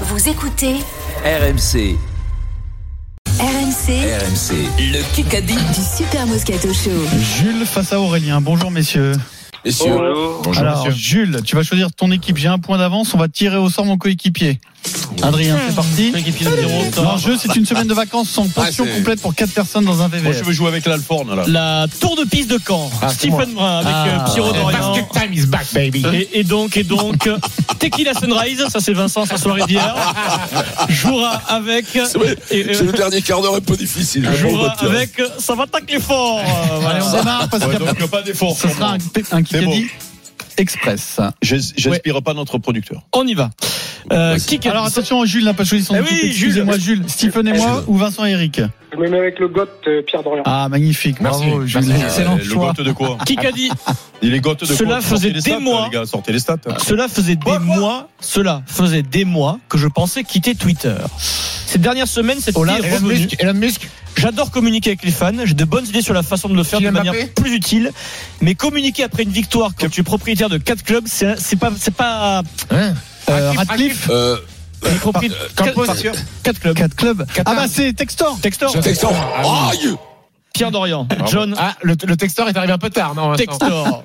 Vous écoutez RMC, RMC RMC, le Kikadi. du Super Moscato Show. Jules face à Aurélien. Bonjour messieurs. Messieurs, Bonjour, Alors monsieur. Jules, tu vas choisir ton équipe. J'ai un point d'avance. On va tirer au sort mon coéquipier. Adrien, c'est parti. L'enjeu, c'est une semaine de vacances sans pension Ah, c'est- complète pour 4 personnes dans un Moi, je VVF. veux jouer avec l'Alforne, là. La tour de piste de Caen. moi. Stephen Brun avec Ah. euh, Pierrot Dorian. time is back, baby. Et, et donc, et donc, euh, Tequila Sunrise, ça c'est Vincent, sa soirée d'hier, jouera avec, vrai, et, euh, C'est le dernier quart d'heure un peu difficile. je jouera pense, Mathieu. avec, euh, ça va tacler fort. euh, voilà. Allez, on démarre parce Ouais, qu'il y a- donc, pas d'effort. ce sera un, un Kikadi Express. Je- J'inspire pas notre producteur. On y va. Euh, Kikadi. Alors attention, Jules n'a pas choisi son Eh équipe. oui, Jules. Excusez-moi, Euh, Jules. Stephen et moi ou Vincent et Eric Je me mets avec le goth euh, Pierre Dorian. Ah, magnifique. Bravo, Jules. Excellent Euh, Le choix. goth de quoi Kikadi, Il est goth de quoi Cela Sortez faisait les des stats, mois. Les gars, sortez les stats. Cela faisait des mois, cela faisait des mois que je pensais quitter Twitter. Ces dernières semaines, cette fille est revenue. J'adore communiquer avec les fans. J'ai de bonnes idées sur la façon de le faire de manière plus utile. Mais communiquer après une victoire quand tu es propriétaire de quatre clubs, c'est c'est pas, c'est pas. Euh, Radcliffe, Euh, les propri- quatre- Campos. quatre clubs. 4 clubs. Ah bah c'est Textor. Textor, Textor. Aïe Pierre Dorian, John, Ah, le, le texteur est arrivé un peu tard, non Vincent Textor.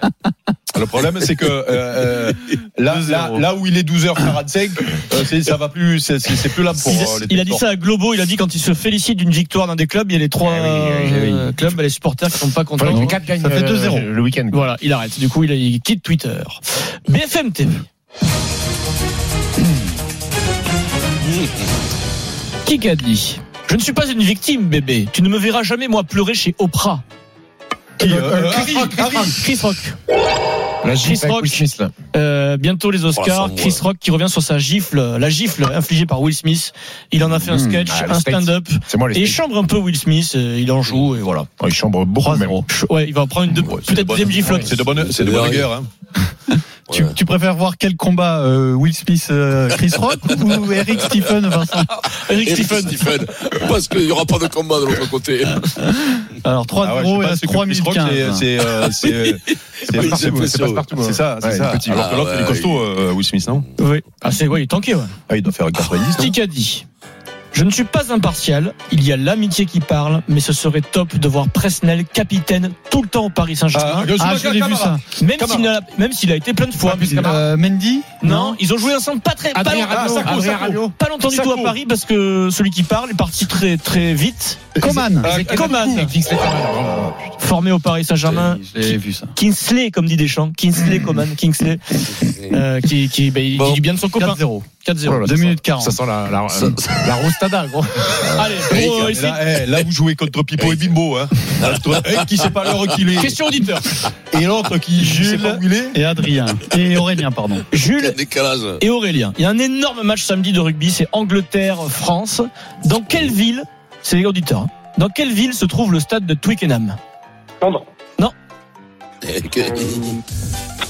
Le problème, c'est que euh, euh, là, là, là où il est 12h45, euh, c'est- ça va plus, c'est c'est- c'est plus là pour Il, euh, les il a dit texteurs. ça à Globo. Il a dit quand il se félicite d'une victoire d'un des clubs, il y a les trois euh, clubs, bah, les supporters qui sont pas contents. Faudrait que les quatre gagnent Ça fait euh, 2-0. le week-end. Voilà, il arrête. Du coup, il, il quitte Twitter. BFM TV. Qui qu'a dit Je ne suis pas une victime, bébé. Tu ne me verras jamais, moi, pleurer chez Oprah. Qui, euh, Chris Rock. Chris Rock. La gifle avec Rock. Will Smith, là. Euh, bientôt les Oh, Oscars. ça, ouais. Chris Rock qui revient sur sa gifle, la gifle infligée par Will Smith. Il en a fait un sketch, ah, le un skate. stand-up. Oh, C'est moi, Et les il chambre un peu Will Smith. euh, Il en joue et voilà. Il chambre beaucoup, même. Ouais, il va en prendre une deux- c'est de peut-être bonne- deuxième giflotte. C'est de bonne, c'est de C'est bonne dingue. guerre. Hein. Tu, tu préfères voir quel combat euh, Will Smith, euh, Chris Rock ou Eric Stephen, Vincent Eric Eric Stephen. Stephen. Parce qu'il n'y aura pas de combat de l'autre côté. Alors 3-0 Ah ouais, je sais et pas, reste c'est que 3 Chris minutes Rock, 15. C'est c'est, euh, c'est, euh, c'est Oui, partout, c'est c'est pas partout. ouais. C'est ça, c'est Ouais, ça. il est petit. Alors que Ah, l'autre, il est ouais, costaud, euh, Will Smith, non Oui. Ah, c'est, ouais, il est tanké, ouais. Ah, il doit faire 90. non Qui a dit Je ne suis pas impartial, il y a l'amitié qui parle, mais ce serait top de voir Presnel capitaine tout le temps au Paris Saint-Germain. Ah, je l'ai vu ça. même Camara. s'il a, même s'il a été plein de Ah, fois. Euh, Mendy Non, ils ont joué ensemble pas très pas Adrien longtemps, Rabiot, Sacco, Adrien Sacco. Rabiot. pas longtemps du Sacco. tout à Paris parce que celui qui parle est parti très très vite. Coman Ah, Coman, Kingsley Coman. formé au Paris Saint-Germain, J'ai vu ça. Kingsley comme dit Deschamps, Mm. Kingsley Coman, Kingsley, euh, qui qui ben, il Bon. dit bien de son copain. 4-0. 4-0. Oh là là, 2 ça minutes Ça 40. sent la, la, la, la rostada, gros. Allez, Eric, pour, euh, là, essayer- eh, là, vous jouez contre Pipo et Bimbo. Hein. Un qui sait pas l'heure qu'il est. question auditeur. Et l'autre qui sait Jules. pas où il est. Et Adrien. Et Aurélien, pardon. Il y a Jules un décalage. et Aurélien. Il y a un énorme match samedi de rugby, c'est Angleterre-France. Dans quelle ville, c'est les auditeurs, hein, dans quelle ville se trouve le stade de Twickenham Londres, Eh, que-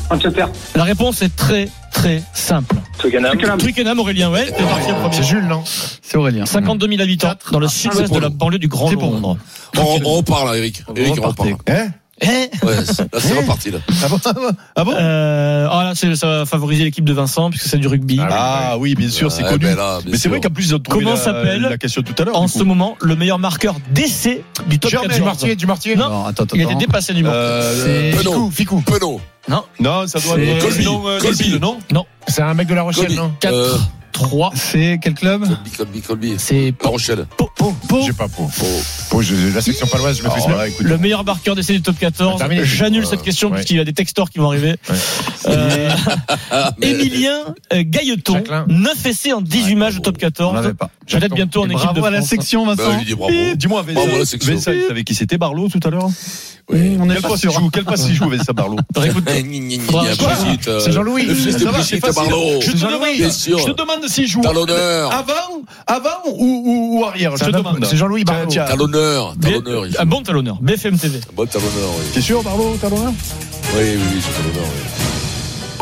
Manchester, La réponse est très très simple. Twickenham, Twickenham, Aurélien, ouais, t'es parti en premier. C'est Jules, non C'est Aurélien. 52 000 habitants dans le sud-ouest de la banlieue du Grand Oh, C'est pour Londres. On, on reparle, là, Eric. Eric, on reparle. Hein Eh Ouais, c'est- là, c'est reparti, là. ah bon Ah bon euh, ah là, c'est- ça va favoriser l'équipe de Vincent puisque c'est du rugby. Ah oui, bien sûr, c'est Ouais, connu. ben là, bien Mais c'est sûr. vrai qu'en plus, ils ont trouvé Comment la- s'appelle la question tout à l'heure. en du ce coup. moment, le meilleur marqueur d'essai du top Germain 14. Du Mortier, du Mortier Non. attends, attends. Il a été dépassé du monde. Euh, Penon. Ficou, Ficou. Penon. Non, ça doit être. Colby. Non, euh, Colby. Colby, non C'est un mec de La Rochelle, Colby. non Quatre. Euh, 3. C'est quel club Colby, Colby, Colby. C'est La Rochelle. Po- Po- Po- J'ai pas Pau. Pau, je- Oh, la section paloise, je maîtrise Alors pas. là, Ah, écoute, Le meilleur marqueur d'essai du top 14. Terminé. J'annule Ouais. cette question Ouais. puisqu'il y a des textors qui vont arriver. Ouais. Euh, Ah, mais- Emilien euh, Gailleton, Jacquelin. 9 essais en 18 matchs de top On l'avait 14. pas. Peut-être bientôt en équipe de Bravo hein. à la France. section, Bah, Vincent. lui dit bravo. Dis-moi, Bravo, la Vincent, section. Vincent, il savait qui c'était Barlow tout à l'heure Ouais. On est Quel pas poste il sûr. joue Quel poste il joue, Vincent Barlow Écoute, Eh, gni, gni, gni, Quoi gni, Brigitte, euh, C'est Jean-Louis. Le fils de Ça va, Brigitte c'est facile. Barlow. Je te demande, Bien je sûr. te demande Ah, s'il joue Talonneur. avant, avant ou, ou, ou arrière. Je C'est te un homme- demande. C'est Jean-Louis Tiens, Barreau. tiens. Talonneur. Talonneur. il ah, un ah, bon talonneur. BFM TV. Bon talonneur, oui. T'es sûr, Barlow, t'as l'honneur Oui, oui, oui, c'est talonneur, oui.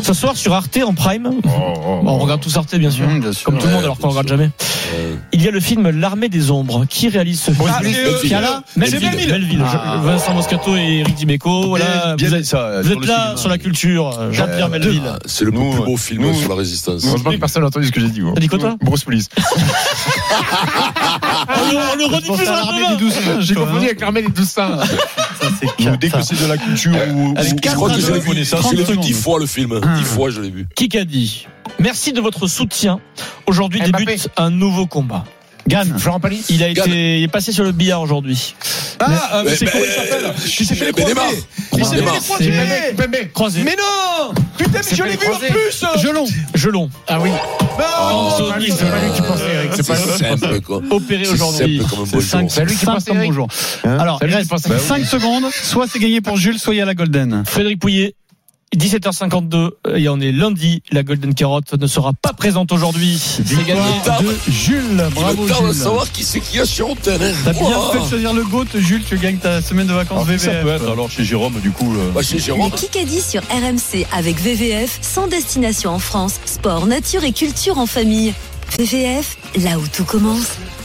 Ce soir sur Arte en prime. Oh, oh, Bon, on oh. regarde tous Arte bien sûr. Mmh, bien sûr. Comme tout le monde Ouais, alors qu'on bien regarde jamais. Il y a le film L'armée des ombres. Qui réalise ce film Ah, c'est, euh, Qui a là Melville. Melville. Melville. Ah. Je- Vincent Moscato et Eric Dimeco. Voilà, Bien- Oh vous bien êtes, ça, euh, vous sur êtes le là cinéma. sur la culture. euh, Jean-Pierre Melville. Ah, C'est le Nous, plus beau euh, film nous, sur la résistance. Heureusement que personne n'a entendu ce que j'ai dit. moi. T'as dit quoi, toi Bruce Willis. on le, on le Pensez rediffuse à à l'armée demain. des douze singes, J'ai toi, confondu hein. avec l'armée des douze Ça, singes. c'est Nous, quatre, dès que ça. c'est de la culture ou, Avec ou- Je crois que je l'ai Quatre-vingt-deux vu. minutes, Je l'ai vu trente dix secondes. fois le film. Ah. Dix fois, je l'ai vu. Eh Kikadi. Merci de votre soutien. Aujourd'hui Mbappé. débute un nouveau combat. Gann. Florent Pagny Il a Gagne. été il est passé sur le billard aujourd'hui. Ah, euh, mais Mais- c'est mais- comment il s'appelle Il s'est fait ben, les Benema. croisés. Il s'est fait les Benema. croisés. Pépé, Pépé. Croisé. Mais non Putain, mais je l'ai vu en plus Gelon. Gelon. Ah oui, Non c'est pas lui c'est pas lui qui pensait, Eric. C'est pas lui. simple, quoi. Opéré C'est aujourd'hui. simple comme un C'est bonjour. 5, C'est lui qui passe comme Eric. bonjour. Alors, Hein C'est il lui qui reste pense à- 5 secondes. Soit c'est gagné pour Jules, soit il y a la Golden. Frédéric Pouillet. 17h52 et on est lundi. La Golden Carotte ne sera pas présente aujourd'hui. C'est gagné. Tard- De Jules. Il Bravo, me tarde à Jules. savoir qui c'est qui a chez Antenne. T'as bien fait de choisir le GOAT, Jules. Tu gagnes ta semaine de vacances Ah, Alors, qui ça peut VVF. être alors chez Jérôme, du coup euh, Bah, chez Le Jérôme. Kikadi sur RMC avec VVF, sans destination en France, sport, nature et culture en famille. VVF, là où tout commence.